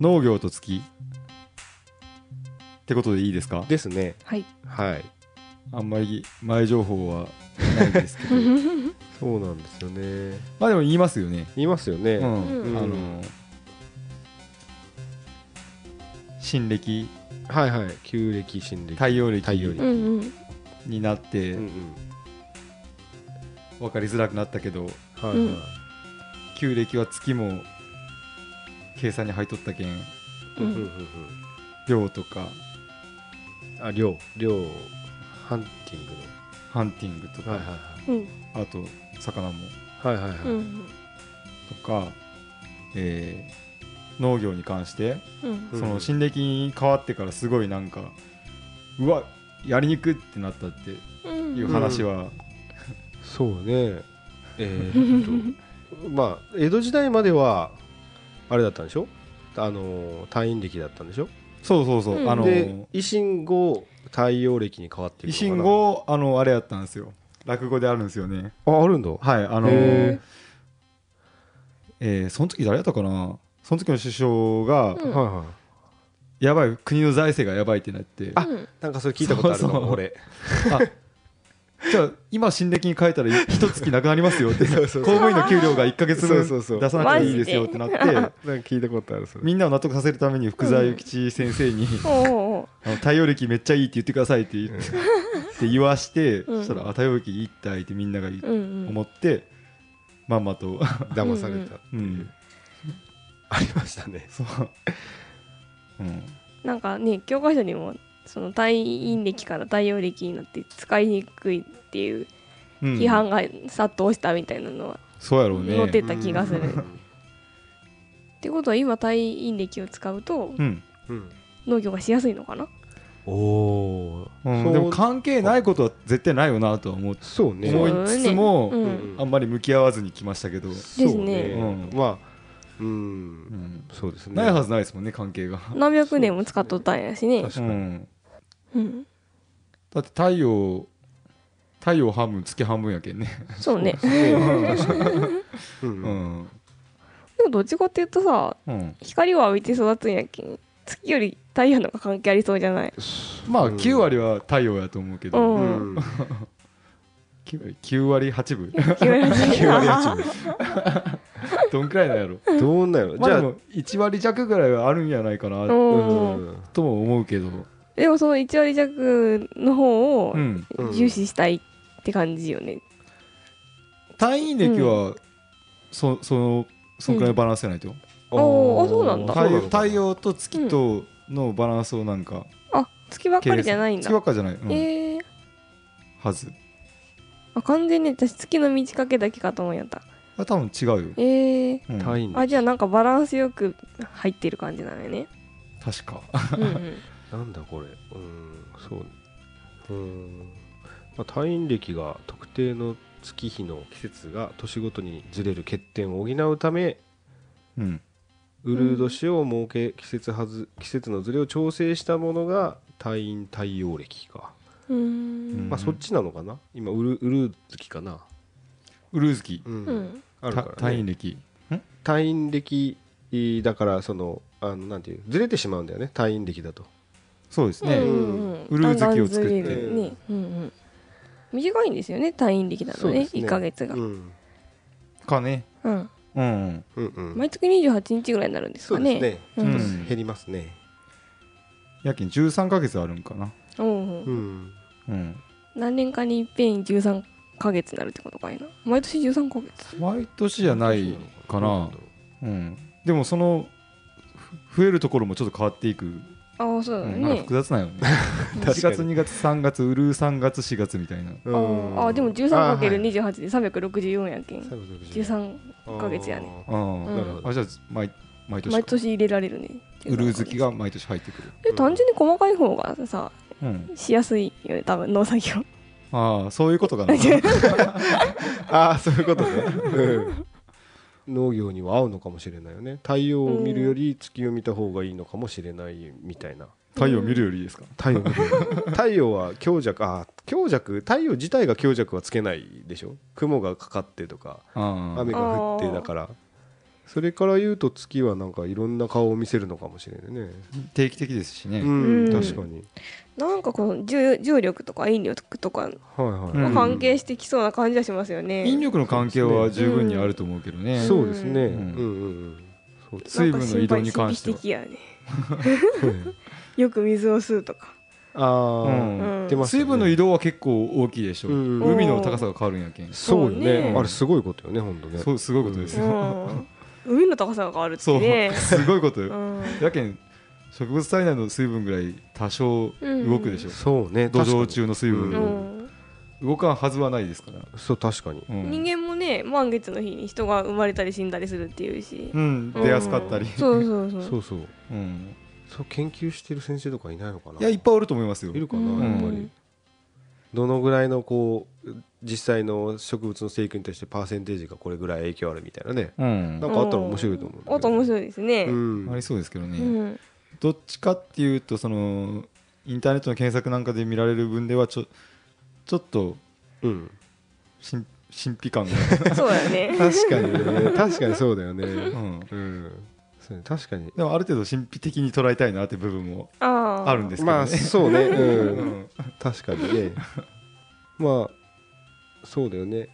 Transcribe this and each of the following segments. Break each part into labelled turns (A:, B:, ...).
A: 農業と月ってことでいいですか
B: ですね。
C: はい。
B: はい。
A: あんまり前情報はないんですけど
B: そうなんですよね。
A: まあでも言いますよね
B: 言いますよね。
A: うん、
B: うん
A: あの新暦
B: はいはい。旧暦、新暦。
A: 太陽暦
B: 太陽暦
C: うんうん。
A: になっ
B: う
A: て
B: んうん。
A: 分かりづらくなったけど
B: はい
C: うん
B: はい。
A: 旧暦は月も計算に入っとったけん
C: う。
B: うんうんうんん
A: 秒とか
B: あ、量、量、ハンティング
A: ハンティングとか、
B: の。はいは
C: うん
A: あと魚も
B: いはい。はいはい
C: うんう
B: はい。
C: ん
A: とか、えー農業に関して
C: うん
B: うん
A: その新暦に変わってからすごいなんかうわやりにくってなったって
C: うん
A: いう話は、
B: そうね。えーっ と、まあ、江戸時代までは、あれだったんでしょあの、退院歴だったんでしょ
A: そうそうそう、
C: うん
A: あの
B: で、維新後、太陽暦に変わっていく
A: 維
B: のかな
A: 新後あのあれやったんですよ落語であるんですよね
B: あ、あるんだ。
A: はいあの
B: へ
A: えーその時誰やったかなその時の首相が、
C: うん
B: はいはい。
A: やばい国の財政がやばいってなって
B: あ
C: うん
B: なんかそれ聞いたことあるか
A: そうそ
B: も、
A: う
B: 俺。
A: あじゃあ今新暦に変えたら一月なくなりますよって
B: そうそうそう
A: 公務員の給料が1か月分
B: そうそうそう
A: 出さなくていいですよってなって
B: なんか聞いたことある、それ。
A: みんなを納得させるために福沢諭吉先生に
C: おお
A: 「あの太陽暦めっちゃいい」って言ってくださいって言ってって言わして、
C: うん
A: そしたら「あ太陽暦いいって」ってみんなが言っ
C: ー。うんうん。
A: 思ってまんまと、
B: 騙された。
A: うん、
B: ありましたね。
A: そう、うん、
C: なんかね教科書にもその退院歴から太陽歴になって使いにくいっていう
A: うん
C: 批判が殺到したみたいなのは、
A: そうやろう
C: 載って
A: ね
C: た気がするってことは今退院歴を使うと
A: うん、
B: うん。
C: 農業がしやすいのかな
B: おお
A: うん、でも関係ないことは絶対ないよなとは思う
B: そうね。
A: 思いつつも
C: そうね
B: うん
A: あんまり向き合わずに来ましたけど、う
B: そう
C: です
A: ね
B: うんまあ、うん、
A: ん、
B: そうですね。
A: ないはずないですもんね関係が、
C: うん、何百年も使っとったんやしね
A: う
B: 確かに。
A: ん、
C: うん
A: だって太陽太陽半分月半分やけんね
C: そうね
B: ね確かにう。
A: うんん、
C: でもどっちかっていうとさ
A: うん、
C: 光を浴びて育つんやけん月より太陽の方が関係ありそうじゃない
A: まあ
B: うん
A: 9割は太陽やと思うけ
C: う
A: ど、
B: う
C: ん
B: ん。
A: 九割9割8分
C: 9 割
B: 9割8
A: どんくらいなんやろ
B: 分。どうなる
A: じ
B: じ
A: ゃ
B: ゃ
A: あ
B: あ、
A: 1割弱ぐらいはあるんやないかな
C: う
B: うんん
A: とも思うけど、
C: でもその1割弱の方を
A: うん、
C: 重視したいって感じよね
A: 退院歴は、そそのそのくらいのバランスじゃないと、
C: あーあそうなんだ
A: 太陽
B: そう
A: 太陽と月とのバランスをなんか
C: あ月ばっ
A: 計
C: か
A: 算
C: りじゃないんだ
A: 月ばっかりじゃない、うん
C: えー、
A: はず
C: あ完全に私月の満ち欠けだけかと思いやった
A: あ多分違うよ、
C: えー、
A: うん
B: 単位
C: あじゃあなんかバランスよく入ってる感じなのよね
A: 確か
C: うんうん
B: なんだこれうんそううん、まあ、退院歴が特定の月日の季節が年ごとにずれる欠点を補うため
A: うん
B: ウルー年を設け季節はず季節のずれを調整したものが退院太陽暦か、
C: う
A: うん
C: ん
B: まあそっちなのかな今ウルウルー月かな、
A: ウルーズキ
B: うん
C: うん
B: ある
A: た
B: から、
A: 退院
B: ね、
A: 歴
B: 退院歴だからそのあのなんていうずれてしまうんだよね退院歴だと
A: そうですね、
C: うんうん
A: ウルーズキを作って
C: だんだんずれるねうんうん短いんですよね退院歴な
B: そ
C: の
B: う
C: ね
B: ですね
C: 1ヶ月が
B: う、ん
A: かね
C: うん、
A: うん
B: うんうん
C: 毎月28日ぐらいになるんです
B: そ
C: か
B: うで
C: ね
B: す
A: う
B: ね
C: う
A: ん
C: ん
B: 減りますね
A: やけん13ヶ月あるんかな
C: うんうん
B: うん
A: うん
C: 何年かにいっぺん13ヶ月になるってことかいな毎年13ヶ月
A: 毎年じゃないかな
B: ど
A: う
B: う
A: んでもそのふ増えるところもちょっと変わっていく、
C: ああそうだ
A: う
C: ね、
A: んなんか複雑なんよね1
B: 確かに
A: 月2月3月うるう3月4月みたいな
B: だ
C: あ
B: ろう
C: ーあーでも 13×28
B: 二
C: で364やけん13ヶ月やね
B: ね
A: あ、
C: うん
A: ー
B: なるほど
A: あじゃあ毎毎年か
C: 毎年入れられるね
A: うるう好きが毎年入ってくる、
C: え単純に細かい方がさ
A: うん、
C: しやすいよね多分農作業
A: ああそういうことかな
B: ああそういう ことねうん農業には合うのかもしれないよね太陽を見るより月を見た方がいいのかもしれないみたいな
A: 太陽見るよりですか
B: 太 陽見るより太陽は強弱あー強弱太陽自体が強弱はつけないでしょ雲がかかってとか
A: ああ
B: 雨が降ってだからそれから言うと月はなんかいろんな顔を見せるのかもしれないね。
A: 定期的ですしね、
B: うん、
C: うん
B: 確かに。
C: なんかこの重重力とか引力とか
B: はい
A: うん
B: は
C: 関係してきそうな感じはしますよね。
A: 引力の関係は十分にあると思うけど
B: い。
A: ね、
B: そうですね。う
A: うん
B: んうんうん。そうです
A: 水分の移動に関して
C: な
A: は
C: んか心配神秘的やね。
B: ね。
C: よく水を吸うとか。
B: あ
A: うん
B: あ、言ってましたね
A: 水分の移動は結構大きいでしょ、
B: うん
A: 海の高さが変わるんやけん
B: そうよ
C: そう
B: ね。
C: ね
B: あれすごいことよね、本当ね。
A: そうすごいことです
C: う
A: よ、
C: ん、海の高さが変わるっ
A: そ
C: て
A: う、
C: ね。
A: すごいこと
C: う
A: よ
C: ん
A: やけん植物体内の水分ぐらい多少動くでしょ、
B: そうね。
A: 土
B: 確か
A: 壌
B: に
A: 中の水分
C: う
A: で、
C: ん
A: 動かんはずはないですから、
B: そう確かに。
A: うん
C: 人間もね満月の日に人が生まれたり死んだりするっていうし、
A: うん、
C: うん
A: 出やすかったり、
C: そうそうそう
B: そうそう。
A: うん、
B: そう研究してる先生とかいないのかな。
A: いやいっぱいおると思いますよ
B: いるか
C: うん
B: なやっぱ
A: う
B: り。どのぐらいのこう実際の植物の生育に対してパーセンテージがこれぐらい影響あるみたいなね。
A: うん
B: なんかあったら面白いと思うんだけど
C: あと面白いですね、
B: うん
A: ありそうですけどね、
C: うん
A: どっちかっていうとそのインターネットの検索なんかで見られる分ではちょちょっと
B: うん。
A: 神神秘感が、
C: そうだよね
B: 確かにね 確かにそうだよね
A: う、
B: うんんそうね確かに
A: でもある程度神秘的に捉えたいなって部分も
C: あ あ
A: あるんですけどね、
B: まあそうね
A: う
B: うん
A: ん
B: 確かにね まあそうだよね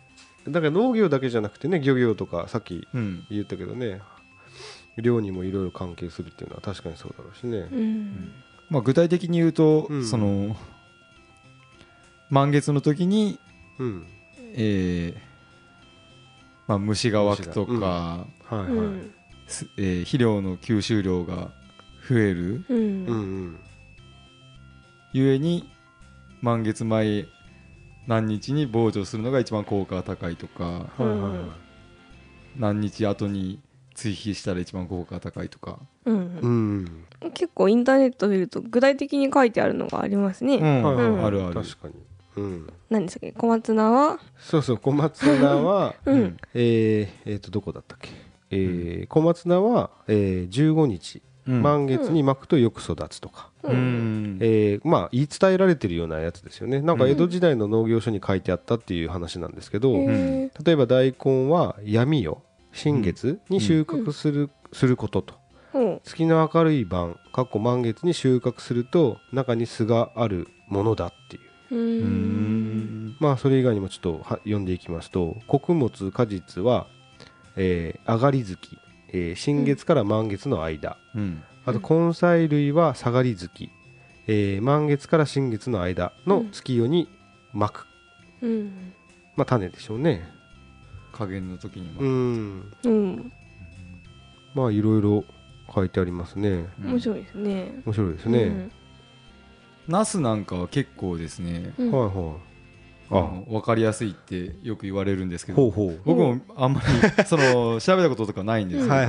B: だから農業だけじゃなくてね漁業とかさっき
A: うん
B: 言ったけどね漁にもいろいろ関係するっていうのは確かにそうだろうしね
C: うん
A: まあ、具体的に言うと、
B: うん
A: その満月の時に、
B: うん
A: えーまあ、虫が湧くと
B: 虫
A: か、
B: はいは
C: う
B: い
C: ん
A: すえー肥料の吸収量が増える
C: う
B: うんん
A: ゆえに満月前何日に防除するのが一番効果が高いとか
B: うんはいはいはい
A: 何日後に追肥したら一番効果が高いとか、
C: う
B: うんん
C: 結構インターネット見ると具体的に書いてあるのがありますね、
A: うん
B: はいはいはい
A: あるある
B: 確かにうん
C: 何でしたっけ小松菜は
B: そうそう小松菜は
C: うん、
B: えーえーとどこだったっけえー小松菜はえー15日
A: うん
B: 満月に巻くとよく育つとか、
A: うんうん
B: えーまあ、言い伝えられてるようなやつですよねなんか江戸時代の農業書に書いてあったっていう話なんですけど、
C: へー
B: 例えば大根は闇夜新月に収穫する,、することと
C: ほ
B: 月の明るい晩かっこ満月に収穫すると中に巣があるものだっていう
C: うう
A: うんん
B: まあそれ以外にもちょっとは読んでいきますと穀物果実は、えー上がり月、えー新月から満月の間、
A: うん
B: あ
C: う
B: と
C: ん
B: 根菜類は下がり月、えー満月から新月の間の月夜にまく、
C: うん
B: まあ種でしょうね
A: 加減の時にも、
B: うん
C: うん
B: まあいろいろ書いてありますね
A: うん
C: 面白いですね
B: 面白いですね、
A: ナスなんかは結構ですね、
C: うんうん
B: はいはいあ
A: あの分かりやすいってよく言われるんですけ
B: ほう
A: ど
B: ほう
A: 僕もあんまりそ の調べたこととかないんですけど、
B: はい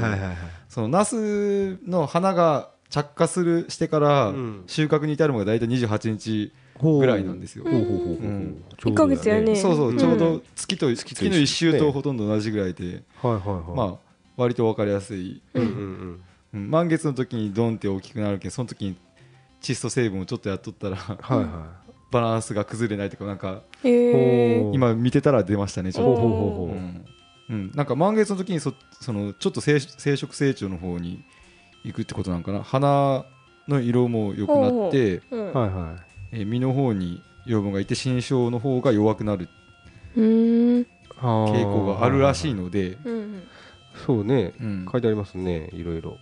A: そのナスの花が着火するしてから
B: うん
A: 収穫に至るまで大体28日
B: ほう
A: ぐらいなんですよ、
B: ほうほうほうほう
A: うん
B: ちょうどだ
C: 一ヶ月やね
A: そうそう、
B: うん
A: ちょうど月と
B: 月
A: 月
B: と一緒
A: の1周とほとんど同じぐらいで、
B: はいはいはい
A: まあ割と分かりやすい、
B: うんうんうん
A: うん満月の時にドンって大きくなるけどその時に窒素成分をちょっとやっとったら
B: はいは
A: バランスが崩れないとかなんか
C: へ
B: ほ
C: え
B: う
A: 今見てたら出ましたねち
B: い
A: ょっ
B: ほ
A: と
B: うほうほうほ
A: う
B: うん
A: うん、なんか満月の時にそそのちょっと生生殖成長の方に行くってことなんかな花の色も良くなって、
C: うん
B: はいは
A: えー実の方に養分がいて新生の方が弱くなる
C: うーん
B: い傾
A: 傾向があるらしい
B: の
A: ので、
C: うん
B: そうね
A: うん
B: 書いてありますねいろいろ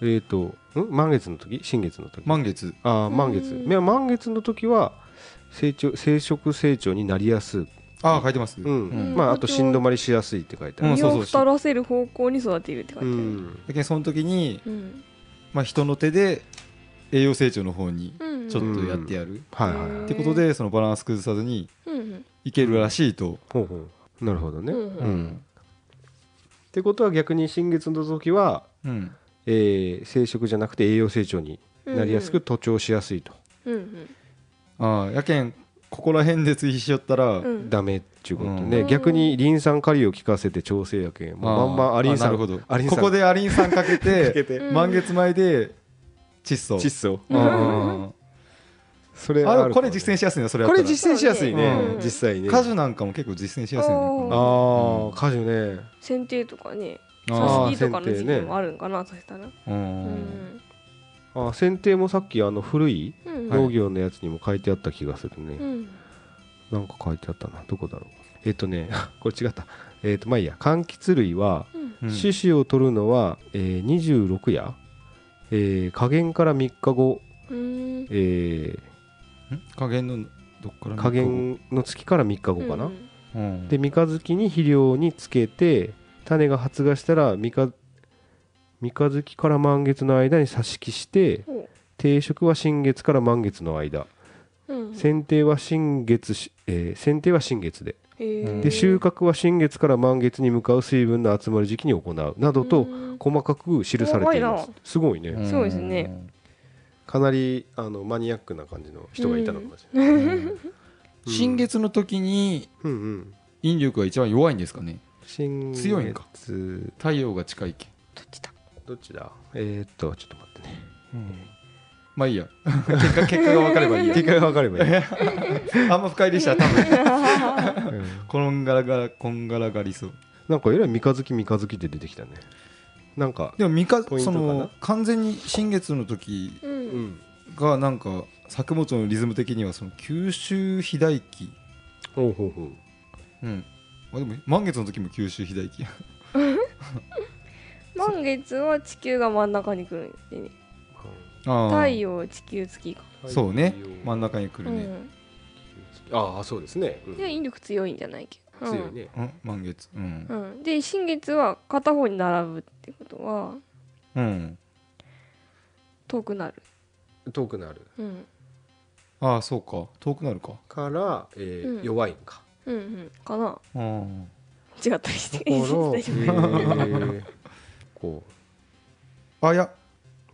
B: えっ、とん満月の時新月の時
A: 満月
B: あー満月
C: う
B: い
C: ん
B: や満月の時は成長生殖成長になりやすい、
A: ああ書いてます、
B: う
A: だ
B: ん
A: うん
B: まあ、あとしんどまりしやすいって書いてあ
A: うん
B: る
C: 身
A: そう
C: を
A: そう
C: 太らせる方向に育てるって書いてあ
B: う
C: る
B: ん
A: けどその時に、
C: うん
A: まあ、人の手で栄養成長の方に
C: うん
A: ちょっとやってやる、っ
B: はいはいはい
A: てことでそのバランス崩さずに
C: うん
A: いけるらしいと、
B: ほうほうなるほどね、
C: う
B: っ
C: ん
A: ん
B: てことは逆に新月の時は、
A: うん
B: えー生殖じゃなくて栄養成長になりやすく徒長しやすいと、
C: うん
A: ああやけんここら辺で追肥しよったら、
C: うんうん
B: ダメっていうことね、
C: うん
B: 逆にリン酸カリを効かせて調整薬
A: あ
B: も
A: あ
B: うまんまアリン
A: あな
B: 酸
A: るほど
B: アリン
A: こ
B: 酸
A: こでアリン酸かけ
B: かけ
A: て
B: て
C: うん
A: 満月前で窒素
B: 窒素
A: うん
C: うん
B: それ
A: あ
B: あ
A: でも
B: る
A: こ
B: か
A: れ
B: もね
A: 実践しやすいなそれやっ
B: こ
A: た
B: れ
A: ら
B: 実践しやすいね、
A: うん
B: 実際ね
A: 果樹なんかも結構実践しやすいのか
C: お
A: な
C: ー
B: ああ果樹ね
C: 剪定とかね
B: あー
C: 挿し木とかの時期
B: 剪定ね
C: もあるのかな、そしたら。
A: う
C: うんん。
B: あ剪定もさっきあの古い
C: うん。
B: 農業のやつにも書いてあった気がするね、
C: うん。
B: なんか書いてあったなどこだろうえっ、とね これ違ったえっ、とまあいいや柑橘類は
C: うん。
A: うん
B: 種子を取るのは、えー26夜、えー加減から3日後、
C: うん。
B: え
A: ん加減のどっから見
B: ー加
A: る
B: 減の月から3日後かな、
C: うん
A: うん
B: で三日月に肥料につけて種が発芽したら三日三日月から満月の間に挿し木して
C: ほう
B: 定食は新月から満月の間
C: うん
B: 剪定は新月し、えー剪定は新月で
C: へー
B: で収穫は新月から満月に向かう水分の集まる時期に行うなどと
C: うん
B: 細かく記されていま
C: 怖い
B: す
C: な
B: すごいね、
A: ん
C: そうですね
B: かなりあのマニアックな感じの人がいたのかもしれない、
A: うん 新月の時に
B: うんうん
A: 引力が一番弱いんですかね
B: 新月
A: 強いんか太陽が近いけん
C: どっちだ
B: どっちだえー、っとちょっと待ってね
A: まあいい や結果結果が分かればいいや
B: 結果が分かればいい、
A: あんま深入りしたら多分
B: うん
A: こんがらがこんがらがりそう
B: なんかえらい三日月三日月って出てきたねなんか
A: でも三日
B: ポイン
A: そ
B: トかな
A: の完全に新月の時
C: う。
B: うんん
A: がなんか作物のリズム的にはその九州肥大期
B: ほうほうほう
A: うんあでも満月の時も九州肥大期
C: 満月は地球が真ん中に来るんでね。
A: あー
C: 太陽、地球、月か。
A: そうね真ん中に来
C: う
A: るね、
C: ん。
B: ああそうですね、うん
C: で、引力強いんじゃないけど。うん
B: 強い。ね、
A: うん、満月うん
C: うん。で、新月は片方に並ぶってことは、
A: うん
C: 遠くなる。
B: 遠くなる
C: うん。
A: ああそうか遠くなるか
B: から、えー
C: うん
B: 弱いんか
C: うんうん。かな。
A: あー
C: 違ったりし
B: だ
C: て。
B: から、え
C: 大丈夫
B: ー、こ
A: あいや
B: う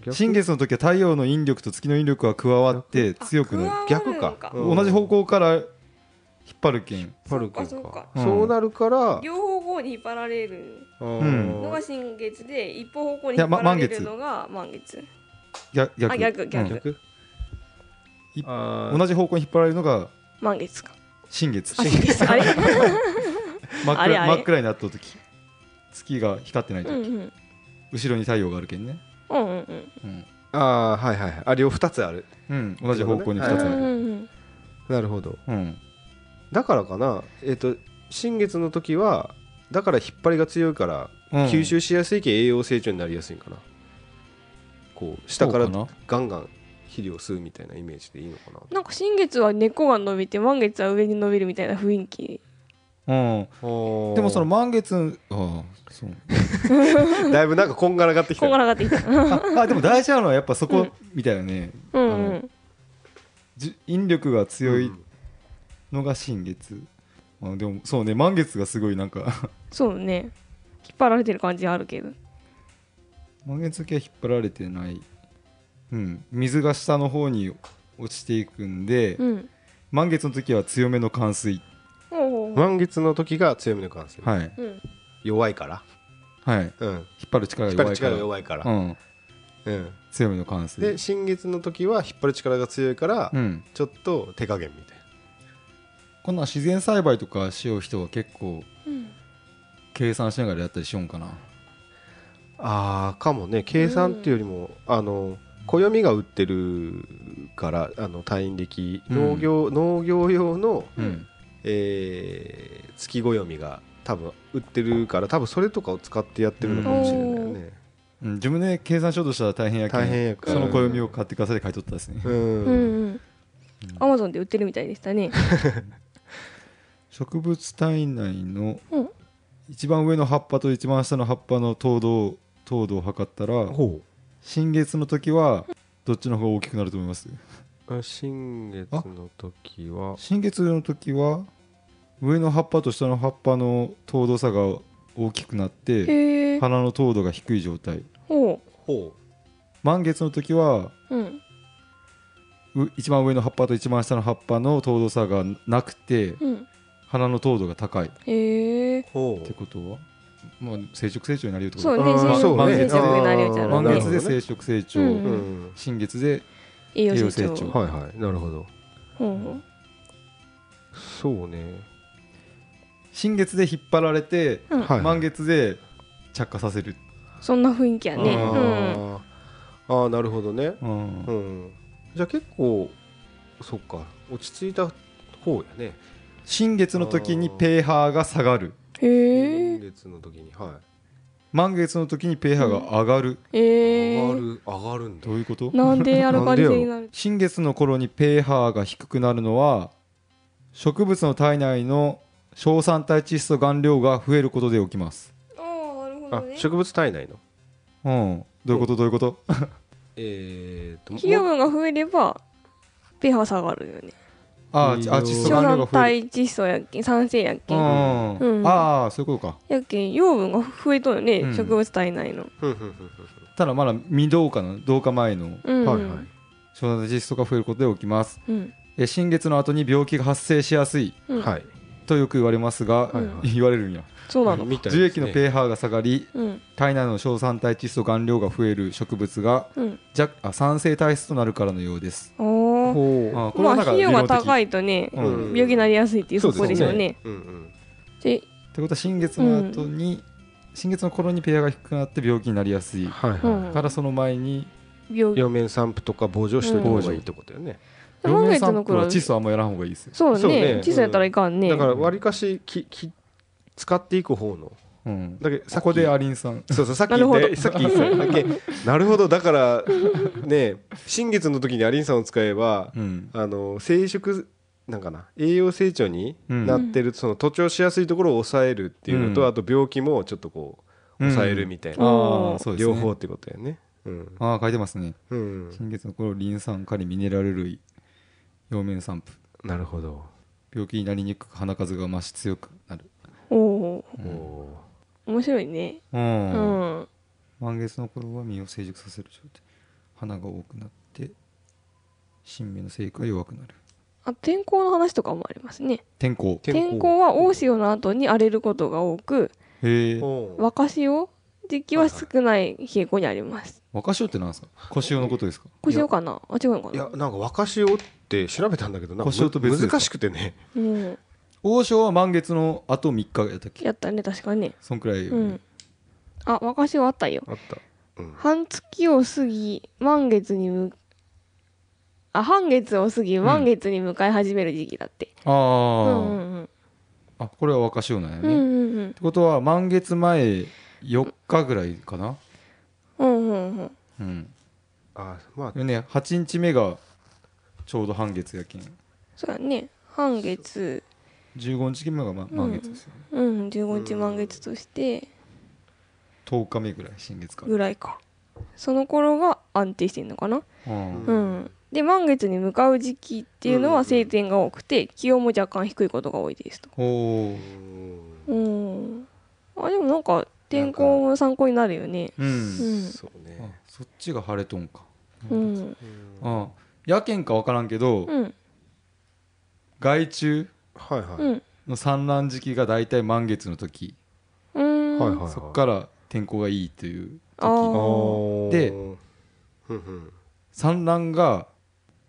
B: 逆
A: 新月の時は太陽の引力と月の引力が加わって強くなる
C: あ
B: 逆か
C: 加わる
B: うん
A: 同じ方向から引っ張るけん
B: パルコン
C: そうかそうか
A: うん
B: そうなるから、
C: 両方向に引っ張られる
B: あー
A: うん
C: のが新月で、一方方向
A: い
C: に引
A: や
C: っ
A: ま
C: 張られるのが満月。
A: 逆逆
C: あ、逆、逆。
B: 逆
A: い
B: あ
A: うん同じ方向に引っ張られるのが
C: 満月か。
A: 新月
C: ああれ
A: 真っ
C: あれ
A: 暗
C: あれ
A: 真っ暗になった時月が光ってない
C: うん
A: 時、
C: うん。
A: 後ろに太陽があるけんね、
C: うんうんうん。
A: うん
B: ああーはいはいはいあ両二つある
A: うん同じ方向に2つ
B: そう
A: ある、
B: だね
C: うんうんうん
B: なるほど
A: うん
B: だからかなえっ、と新月の時はだから引っ張りが強いから吸収しやすいけ栄養成長になりやすいんかな、こう下から
A: そうかな
B: ガンガン肥料吸うみたいなイメージでいいのかな
C: なんか新月は根っこが伸びて満月は上に伸びるみたいな雰囲気
A: うん、で
B: で
A: もそ の満月ああそう
B: だいぶなんかこんがらがってき
C: こ
B: た
C: んがらがってきたうん
A: ああでも大事なのはやっぱそこ、
C: うん
A: みたいなね
C: うん
A: じ引力が強い
B: うん
A: のが新月、あでもそうね満月がすごいなんか
C: そうね引っ張られてる感じあるけど
A: 満月系は引っ張られてない、うん、水が下の方に落ちていくんで、
C: うん
A: 満月の時は強めの冠水
C: ほうほうほう
B: 満月の時が強みの感性、
A: はい
C: うん
B: 弱いから、
A: はい引
B: うん、
A: っ張る力
B: 引っ
A: が
B: 張
A: 弱いか
B: る
A: ら
B: 力が弱いから、
A: うん、
B: うん
A: 強めの冠水
B: で新月の時は引っ張る力が強いから、
A: うん、
B: ちょっと手加減みたい
A: こんなん自然栽培とかしよう人は結構
C: うん
A: 計算しながらやったりしようんかな
B: なあーかもね計算っていうよりも、あの暦が売ってるからあの退院歴農業、農業用の、
A: うん
B: えー月暦が多分売ってるから多分それとかを使ってやってるのかもしれないよね、
A: うん自分で計算しようとしたら大変やけん
B: 大変やから
A: その暦を買ってくださいって書いとったですね、
B: うん
C: うんうんアマゾンで売ってるみたいでしたね
A: 植物体内の
C: うん
A: 一番上の葉っぱと一番下の葉っぱの糖度糖度を測ったら
B: ほ
A: 新月の時はどっちの方が大きくなると思います
B: うあ新月の時は
A: 新月の時は上の葉っぱと下の葉っぱの糖度差が大きくなって
C: へえ
A: 花の糖度が低い状態
C: ほ
B: ほ
A: 満月の時は
C: ううん
A: う一番上の葉っぱと一番下の葉っぱの糖度差がなくて
C: うん
A: 花の糖度が高いっ
C: へえ
B: うほ
A: てことは、まあ、成熟成長になりうってこと
C: そう
A: か
C: ね
B: あー
C: 成
B: そう
C: 熟
B: ね
C: 成長になるようちゃ
B: あー
C: ろう
A: 満
B: なる
A: 月
B: ほど
C: ね
A: で成熟成長、
C: う
B: う、うんん、
A: 新月で
C: 栄養
A: 栄養
C: 成
A: 成
C: 長
A: 長
B: はいはいなるほど
C: ほうほう
B: そうね
A: 新月で引っ張られて、
C: うん
B: はい
A: 満月で着火させる、
C: そんな雰囲気やね
B: あ
C: うん
B: ーあーなるほどね、
A: うん
B: うん、じゃあ結構そっか落ち着いた方やね
A: 新月の時にペーハーが下がる
C: へ
B: 今
C: え
B: 月の時には
A: 満月の時にペーハーが上がる、
B: い
C: え
B: 上が
C: ー、
B: る上がるんだ
A: どういうこと
C: なんでアルカリ性になる
A: 新月の頃にペーハーが低くなるのは植物の体内の硝酸体窒素含量が増えることで起きます
C: ああなるほ
B: あ植物体内の
A: うんどういうことどういうこと
B: えー、と
C: 肥料分が増えれば pH が下がるよね
A: あー
B: うん
A: あ窒素含量
C: 硝
A: が
C: 酸
A: 増える
C: 体窒素やっけ酸性やっけ
A: うん
C: うん
A: ああそういうことか
C: やっけ養分が増えとんよね、
A: うん
C: 植物体内の
B: ふんふんふん
A: ただまだ未同化の同化前の
C: う
B: ふ
C: ん
B: んはいはい
A: 硝酸体窒素が増えることで起きます
C: うん
A: え新月の後に病気が発生しやすい
C: うん
B: はい
A: とよく言われますが、
B: はいはい
A: 言われるんや
C: そうなの
B: みたいです
A: 樹液の
B: ね
A: ペーハーが下がり
C: うん
A: 体内の硝酸体窒素含量が増える植物が
C: うん
A: 弱あ酸性体質となるからのようです
C: おお
B: ほう
A: あーこれ
C: まあ
A: はなんか
C: 費
A: 理
C: 用
A: 論
C: が
A: 的
C: 高
A: っ
C: いとね、
A: うん
C: 病気になりやすいっていう
B: そ
C: そう
B: ですね
C: こでしょうね
B: うんうん
C: で
A: てことは新月の後に、新月の頃にペーハーが低くなって病気になりやすい
B: はいはい、
C: うん
A: からその前に
C: 病気
B: 両面散布とか防除しておいた方がいいってことよね、
C: 満月の
A: 散布
C: 頃
A: は窒素あんまやらん方がいいですよ、
C: そう
B: そうね
C: ね窒素やったらいかんね
B: だからわりかしきき使っていく方の
A: うん、
B: だけど
A: そこでアリンさん
B: そうそうさっき
C: なる
B: 言っ
C: ほど
B: てさっき言っただけなるほどだからね新月の時にアリンさんを使えば
A: うん
B: あの生殖なんかな栄養成長に
A: うん
B: なってる、その徒長しやすいところを抑えるっていうのと、
A: うん
B: あと病気もちょっとこう
A: うん
B: 抑えるみたいな、
A: ああそうです、ね、
B: 両方ってことやねうん、
A: ああ書いてますね
B: うん、
A: 新月の頃リン酸カリミネラル類表面散布
B: なるほど、
A: 病気になりにくく鼻数が増し強くなる
C: おお
A: うん
B: おー
C: ー面白いね
A: う、
C: うんん、
A: 満月の頃は実を成熟させる状態花が多くなって新芽の生育が弱くなる
C: あ天候の話とかもありますね
A: 天候
B: 天候
C: 天候は大潮の後に荒れることが多く
A: へえ
B: おー
C: 若潮時期は少ない傾向にあります
A: 若潮って何です か小潮のことですか
C: 小潮かなあ違うのか
B: いや
C: な
B: なんか若潮って調べたんだけどなんかむ
A: 小潮と別ですか
B: 難しくてね
C: うん
A: 王将は満月のあと3日やったっけ
C: やったね確かね
A: そんくらいよ
C: う
A: ね、
C: んあ若潮あったよ
B: あった、うん、
C: 半月を過ぎ満月に向あ半月を過ぎ満月に向かい始める時期だって、
A: ああ
C: うん、うん
A: あこれは若潮なんや
C: うんう
A: ね、っ
C: んうん
A: てことは満月前4日ぐらいかな
C: うんうんうん
A: うん
B: あまあ
A: でね8日目がちょうど半月やけん
C: そうやね半月
A: 15日目が、ま、満月ですよ、ね
C: うん15日満月として
A: 10日目ぐらい新月から
C: ぐらいかその頃が安定してんのかな
A: うん
C: うん、で満月に向かう時期っていうの
B: うんうんう
C: は
B: ん
C: 晴天が多くて気温も若干低いことが多いですと。
A: おお
B: うん
C: うん、あでもなんか天候も参考になるよね。
A: うん、
C: うん
B: そう
A: あ
B: ね
A: そっちが晴れとんか、
C: うん、
B: うん
A: あやけんか分からんけど、
C: うん、
A: 害虫
B: はいはい、
C: うん、
A: の産卵時期が大体満月の時、
C: うん、
B: はいはいはい
A: そっから天候がいいという
C: あー。
A: 時
B: あ
A: で
B: ふんふん
A: 産卵が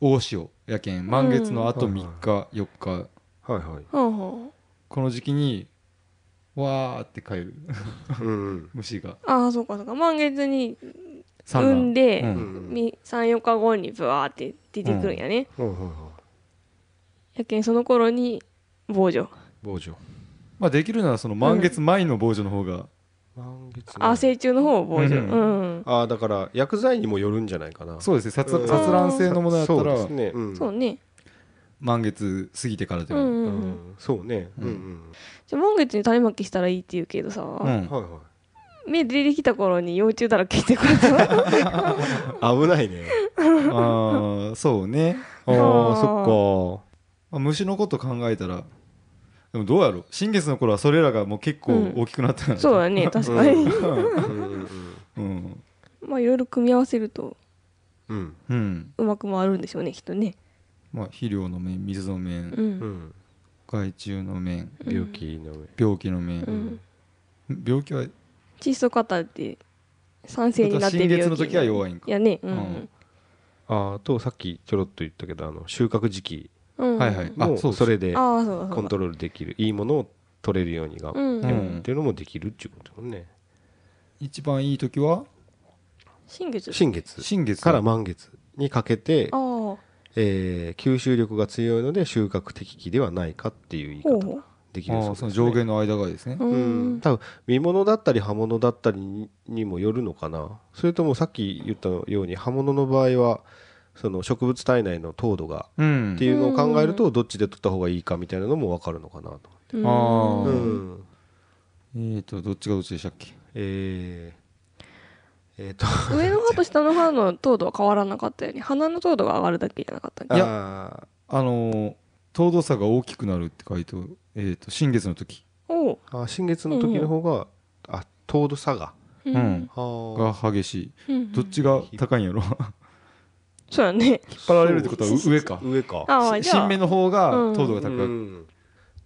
A: 大潮やけん満月のあと
B: うん
A: 3日、4日
B: はいはい
C: はんはん
A: この時期にわーって帰る
B: うん
A: 虫が
C: ああそうかそうか満月に
A: 産
C: 産
A: 卵
C: んで、
A: う
B: うんん。
C: み34日後にブワーって出てくるんやね。
B: はいはいは
C: やけんその頃に防除
B: い。防除。
A: まあできるならその満月前の防除の方が、
B: 満月の。
C: あ成虫の方を防除、
A: う
C: うんん
B: あーだから薬剤にもよるんじゃないかな。
A: そうですね雑
B: うん
A: 雑卵性のものやった
B: そうです
A: ら
B: ね。うん
C: そうね。
A: 満月過ぎてからで
C: うん
A: も、
C: う
B: う
C: んうん
B: ん。そうね。
A: う
B: うんんうん。
C: じゃあ満月に種まきしたらいいって言うけどさ、
A: うん
B: はいは
C: 目出てきた頃に幼虫だらけってこと
B: い。危ないね。
A: ああそう ね
B: ああ
C: あー
B: そ
A: まあ虫のこと考えたらでもどうやろう新月の頃はそれらがもう結構大きくなったから、
C: そうだね確か
B: う
C: に
B: んっか。うんうん
A: うん
C: まあいろいろ組み合わせると
B: うん。
A: うん
C: うまく回るんでしょうねきっとね
A: まあ肥料の面水の面、
C: う
B: うんん。
A: 害虫の面
C: うん
B: 病気の上。
A: 病気の面、
C: うん
A: 病気は
C: 窒素型って酸性になってる
A: 新月の時は弱いんか
C: やねうん
A: うん
B: あーとさっきちょろっと言ったけどあの収穫時期
C: うん
A: はいはいあ
B: も
A: そう
B: それで
C: ああそうだ
B: コ
C: そう
B: ン
C: だ
B: トロールできるいいものを取れるようにが
C: う
A: う
C: んうんん
B: っていうのもできるっていうことだもんね。
A: 一番いい時は
C: 新月
B: 新月
A: 新月
B: から満月にかけて
C: ああ、ほ
B: えー吸収力が強いので収穫適期ではないかっていう言
C: う
B: い方
C: ほ
B: でき
A: あ
B: る
A: ー
B: そうです、
A: そ
B: ね、
A: の上限の間がですね
C: う。う
B: うんん。多分見物だったり刃物だったりににもよるのかなそれともさっき言ったように刃物の場合はその植物体内の糖度が
A: うん
B: っていうのを考えるとどっちで取った方がいいかみたいなのも分かるのかなと、
C: うん
A: あ
B: う
A: ー
B: ん
A: えーとどっちがどっちでしたっけ
B: えー、えーと
C: 上の歯と下の歯の糖度は変わらなかったよね鼻の糖度が上がるだけじゃなかったっけ
A: や
B: や
A: あのー糖度差が大きくなるって書いてえーと新月の時
C: おう
B: あ新月の時の方が、あ糖度差が
C: う
A: うん
B: は
A: が激しい
C: うん
A: どっちが高いんやろ引っ
C: そうだね
B: 引
A: 張られるってことは上か
B: 上か
C: ああ
A: し
C: じゃ
A: 新
C: あ
A: 芽の方が糖度が
B: う
A: 高い、
B: ん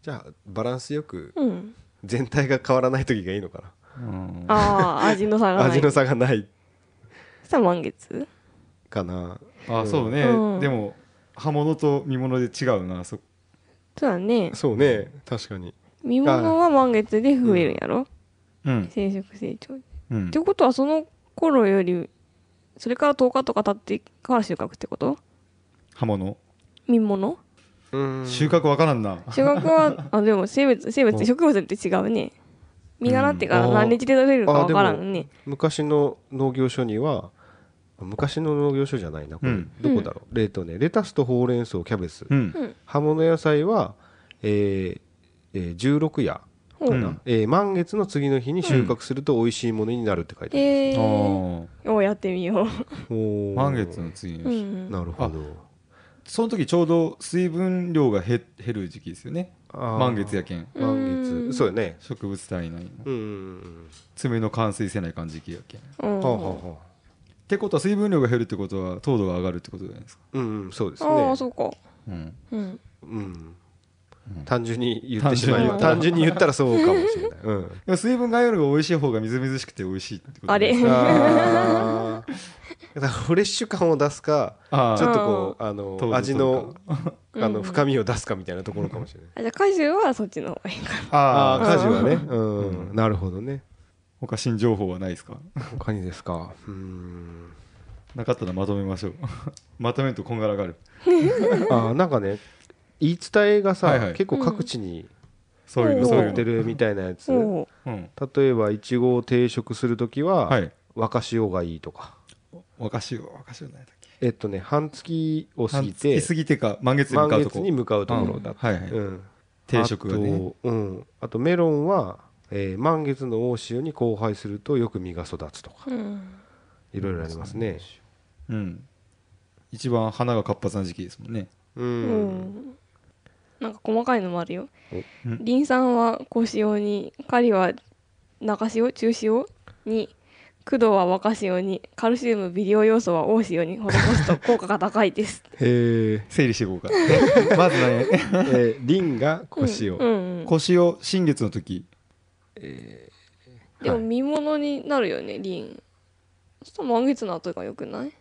B: じゃあバランスよく
C: うん
B: 全体が変わらない時がいいのか
A: うん
C: ああ味の差
B: な
C: がな
B: 味
C: い
B: の差がない
C: さあ満月
B: かな
A: あそうね、
C: うん
A: でも刃物と見物で違うなそ
C: そうだね
B: そうね確かに
C: 見物は満月で増えるんやろ
A: うん、
C: 生殖成長っ
A: うん
C: て、ことはその頃よりそれから10日とか経ってから収穫ってこと
A: 刃物
C: 見物
B: うん
A: 収穫わからんな、
C: 収穫はあでも生物生物って植物って違うね実がなってから何日で取れるかわからんね
B: 昔の農業所には昔の農業所じゃないなこれ、
A: うん
B: どこだろう、えっとねレタスとほうれん草キャベツ、
A: うん
B: 葉物野菜は、えーえー、16夜、
C: ほう
A: うん
C: な
B: えー満月の次の日に収穫すると美味しいものになるって書いてある、
C: え
A: あ
C: ー
A: ー
C: をやってみよ
B: おー
A: 満月の次
C: う、
A: の
C: う
A: 日、
C: ん、
B: なるほど
A: その時ちょうど水分量が減減る時期ですよね
B: あー
A: 満月やけん
B: 満
C: うん
B: 月そうよね
A: 植物体内の
B: うんうん
A: 爪の完遂せない感じ期やけんっ
C: うん
B: うんはあはあはあ
A: てことは水分量が減るってことは糖度が上がるってことじゃないですか、
B: うんうんそうですね
C: ああそうか
A: うん、
C: う
B: う
C: ん
B: ん
A: うん
B: 単純に言ってしまえば単
A: 単
B: 純に言ったらそうかもしれない、うん
A: でも水分がよりが美味しい方がみずみずしくて美味しいってこと
C: あれ
A: です
B: あーだからフレッシュ感を出すか
A: あ
B: ちょ
A: あ
B: っとこうあ
A: 糖
B: の
A: 度
B: 味の
C: うん
B: あの深みを出すかみたいなところかもしれない
C: あじゃあ回収はそっちの方がいいか
B: ああ
A: ああ
B: ー果樹はね
A: う
B: うんんなるほどね
A: 他新情報はないですか
B: 他にですかうーん
A: なかったらまとめましょう まとめるとこんがらがる
B: あーなんかね言い伝えが
A: はい
B: さ
A: はい
B: 結構各地に
A: そういうの
C: おー
A: そうい
B: 残
A: う
B: って
A: の、
B: るみたいなやつ
C: おう
A: うん、
B: 例えばいちごを定食する時
A: は
B: はい若潮がいいとか
A: 若潮若潮ないだっけ
B: えっとね半月を過ぎ
A: 半
B: て
A: 月過ぎてか満月に向
B: 満
A: かうとこ
B: 月に向かうところだ
A: うんはいはい
B: うん
A: 定食が
B: あ
A: ね
B: と,、うん、あとメロンは、えー満月の大潮に交配するとよく実が育つとか
C: うん
B: いろいろありますね
A: うん一番花が活発な時期ですもんね
B: う
C: うんんなんか細かいのもあるよ
A: おん
C: リン酸は小潮にカリは中潮中潮にクドは若潮にカルシウム微量要素は大潮に施すと効果が高いです
B: へー
A: 整理していこう かまずね
B: えーリ ンが小潮、
C: うんうんうん
A: 腰を新月の時
C: でも
B: はい
C: 見物になるよねリンそしたら満月の後がよくない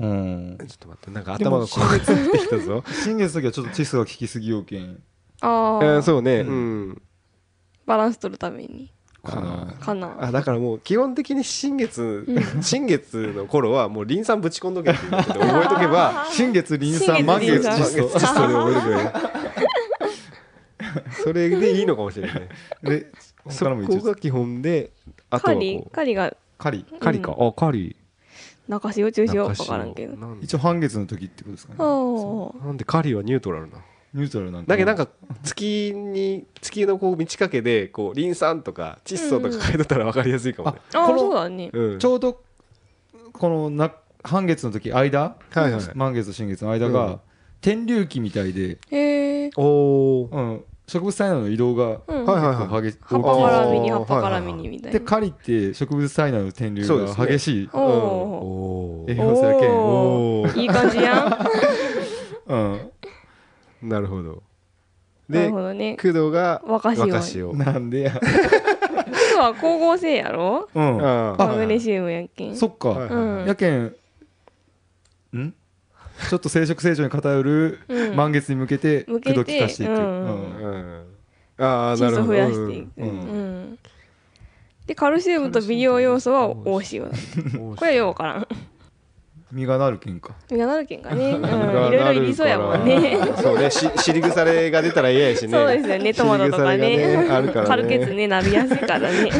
A: うん
B: ちょっと待ってなんか頭がこうやってきたぞ、
A: 新月の時はちょっと窒素が効きすぎようけん
C: あ
B: えー
C: あ
B: そうね
A: う
B: うんん、
C: バランス取るために
A: かな
C: かな
B: あだからもう基本的に新月、
C: う
B: 新月の頃はもうリン酸ぶち込んどけっていうことで覚えとけ ば
A: 新月リン酸満
C: 新
A: 月
C: 月
A: 窒
C: リ
B: 窒
C: ン酸
A: 素
B: 素窒素で 覚えとけばそれでいいのかもしれない
A: でそ
B: そ
A: からも一
B: こ
A: 応
B: が基本であと
C: カ
B: は
C: リ
B: こう
C: カリが
A: 狩り
B: 狩りか、あ狩り
C: 中潮中潮
B: 中
C: わ
B: 潮
C: からんけど
B: なんだ
A: 一応半月の時ってことですかね
C: あ
B: なんで狩りはニュートラルな
A: ニュートラルなんか
B: だけどなんか月に月のこう満ち欠けでこうリン酸とか窒素とか書いとったら分かりやすいかもね、
C: ああ
A: この
C: そうだね
B: うん
A: ちょうどこのな半月の時間、
B: はいはい
A: 満月と新月の間が、
B: うん
A: 天竜期みたいで、
C: へえ
B: おお
A: うん、植物体内の移動が
C: うん
B: はい
A: 結構激し
C: 葉っぱ
A: 大きい
B: は
C: から身に
B: あ
C: 葉
B: ー
C: っぱから身にみたい
A: で
C: な
A: 狩りって植物体内の天竜
B: そうで
A: が
B: すね
A: 激しい、
C: おお
B: お
A: 栄
B: ー
A: 養素やけん、
C: お
B: ー
C: いい感じやん
A: うん
B: なるほど
C: な
B: で
C: るほどね
B: 工藤が
C: 若潮
B: 潮
A: なんでや、
C: 実は光合成やろ
A: うん、あ
B: あ
C: マグネシウムやっけん
A: そっか、
B: はいはいはい
A: やけんんちょっと生殖成長に偏る
C: うん
A: 満月に向けて
C: 向
A: 駆
C: け
A: 動期
C: て
A: 化していく、
C: う
A: うんん
B: うんああ
C: 窒
B: なる
C: 素
B: ほど
C: 増やしていく
A: う
C: うんんでカルシウムと微量要素は大塩だ
B: こ
C: これはようわからん
A: 実がなる菌か
C: 実がなるけんかね、うん、い
B: が
C: ろいろいりそうやもんね
B: なる からそうね、し尻腐れが出たら嫌やしね。
C: そうですよねトマトとか
B: 尻
C: ね
B: 腐れがねあるからね
C: 軽血ねなりやすいからね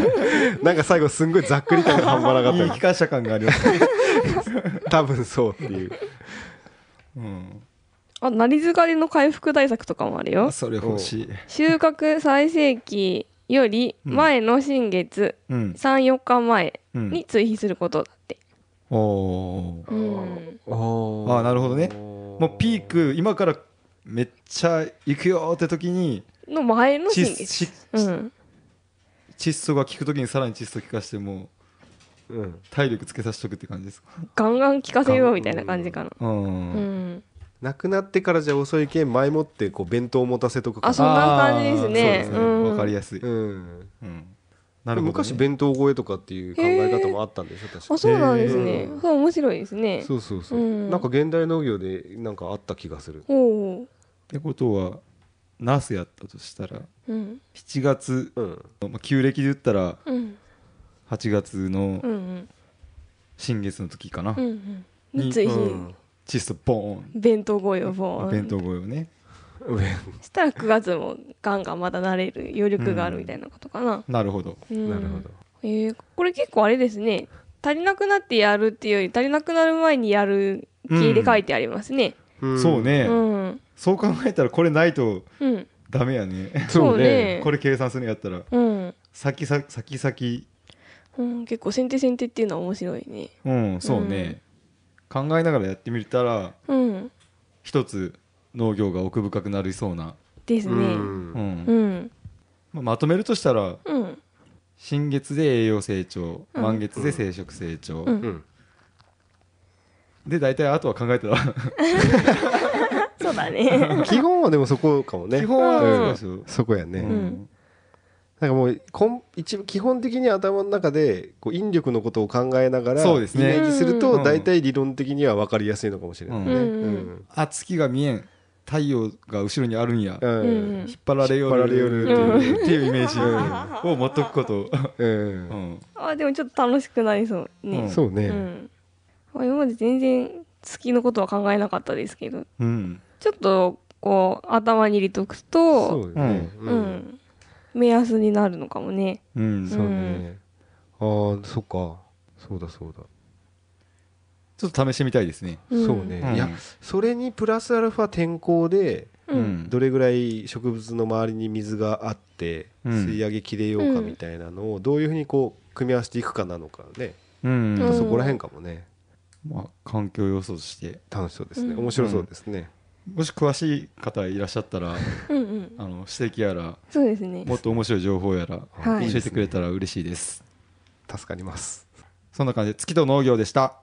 B: なんか最後すんごいざっくりとも半端なか
A: 言
B: っ
A: い
B: た
A: 聞かした感があります、
B: けど多分そうっていう。
A: うん、
C: あなりづかりの回復対策とかもあるよ
A: それ欲しい、
C: 収穫最盛期より前の新月
A: うん
C: 34日前
A: うん、
C: に追肥することだって、
A: おおー
C: うん、
B: あ
A: あーなるほどねも
B: も
A: うピーク今からめっちゃ行くよーって時に
C: の前の新
A: 窒
C: 月
A: 窒
C: うん、
A: 窒素が効く時にさらに窒素効かしてもう
B: うん、
A: 体力つけさせとくって感じですか
C: ガンガン効かせようみたいな感じかな、
A: う、
C: うんん、
B: 亡くなってからじゃ遅いけん前もってこう弁当を持たせとくか
C: あそんな感じですね
A: あーそう
C: うん
A: わかりやすい、うん
B: うん、
A: なるほどね、
B: 昔弁当超えとかっていう考え方もあったんでしょ確か
C: あそうなんですね、
B: うん
C: そう面白いですね
B: そうそうそう、
C: うん
B: なんか現代農業でなんかあった気がする
C: おう
A: ってことはナスやったとしたら
C: うん
A: 7月
B: うん
A: まあ旧暦で言ったら
C: うん
A: 8月の
C: うんうん
A: 新月の時かな、
C: うんうん
A: に
C: ぜひ、
B: うん
A: 窒素ボーン
C: 弁当ご用ボーン
A: 弁当声をね
C: そしたら9月もガンガンまだ慣れる余力があるみたいなことかな、
A: なるほど
C: うん
B: なるほど
C: えーこれ結構あれですね足りなくなってやるっていうより足りなくなる前にやる気で書いてありますね
B: ん
A: そう
C: う
A: ね、
C: ん
A: そう考えたらこれないと
C: うん
A: ダメやね
C: そうね
A: これ計算するんやったら
C: うん、
A: 先さ先先
C: うん、結構先手先手っていうのは面白いね
A: うんそうね、考えながらやってみたら
C: うん
A: 一つ農業が奥深くなりそうな、
C: ですね
B: う
A: うん
B: ん
C: うんうん、
A: まあ、まとめるとしたら
C: うん
A: 新月で栄養成長
C: うん
A: 満月で生殖成長、
C: うん
B: うん
A: で大体あとは考えたら
C: そうだね
B: 基本はでもそこかもね
A: 基本はそうでしょ
B: そこやね、
A: う
C: うんん
B: なんかもうこん一基本的に頭の中でこう引力のことを考えながら
A: そうですね
B: イメージする
A: う
B: と
A: ん
B: 大体理論的には分かりやすいのかもしれないね。
A: うん
B: うん
A: あ月が見えん太陽が後ろにあるんや、
B: うん
C: うん
A: 引っ張られよ
B: 引っ張られよる
A: っていううっていうイメージを持っとくこと、
B: うん
A: うん
C: あでもちょっと楽しくなりそうね、
A: うん
B: そうね、
C: うん、まあ今まで全然月のことは考えなかったですけど
A: うん、
C: ちょっとこう頭に入れとく
B: そ
C: と
B: うよね、
C: う、ん、目安になるのかもね
A: うん
B: そうね、ああそっかそうだそうだ、
A: ちょっと試してみたいですね、
C: ん
B: そうね、
A: うん
B: いやそれにプラスアルファ天候で
A: う
C: うん
A: ん
B: どれぐらい植物の周りに水があって
A: うん
B: 吸い上げきれようかみたいなのをどういうふうにこう組み合わせていくかなのかね、
A: うん
C: うん
B: そこら辺かもね
A: まあ、環境要素として
B: 楽しそうですね
C: うん
B: 面白そうですね、
A: もし詳しい方いらっしゃった ら
C: うんうん
A: あの指摘やら
C: そうですね
A: もっと面白い情報やら
C: はい
A: 教えてくれたら嬉しいです、
B: 助かります
A: そんな感じで月と農業でした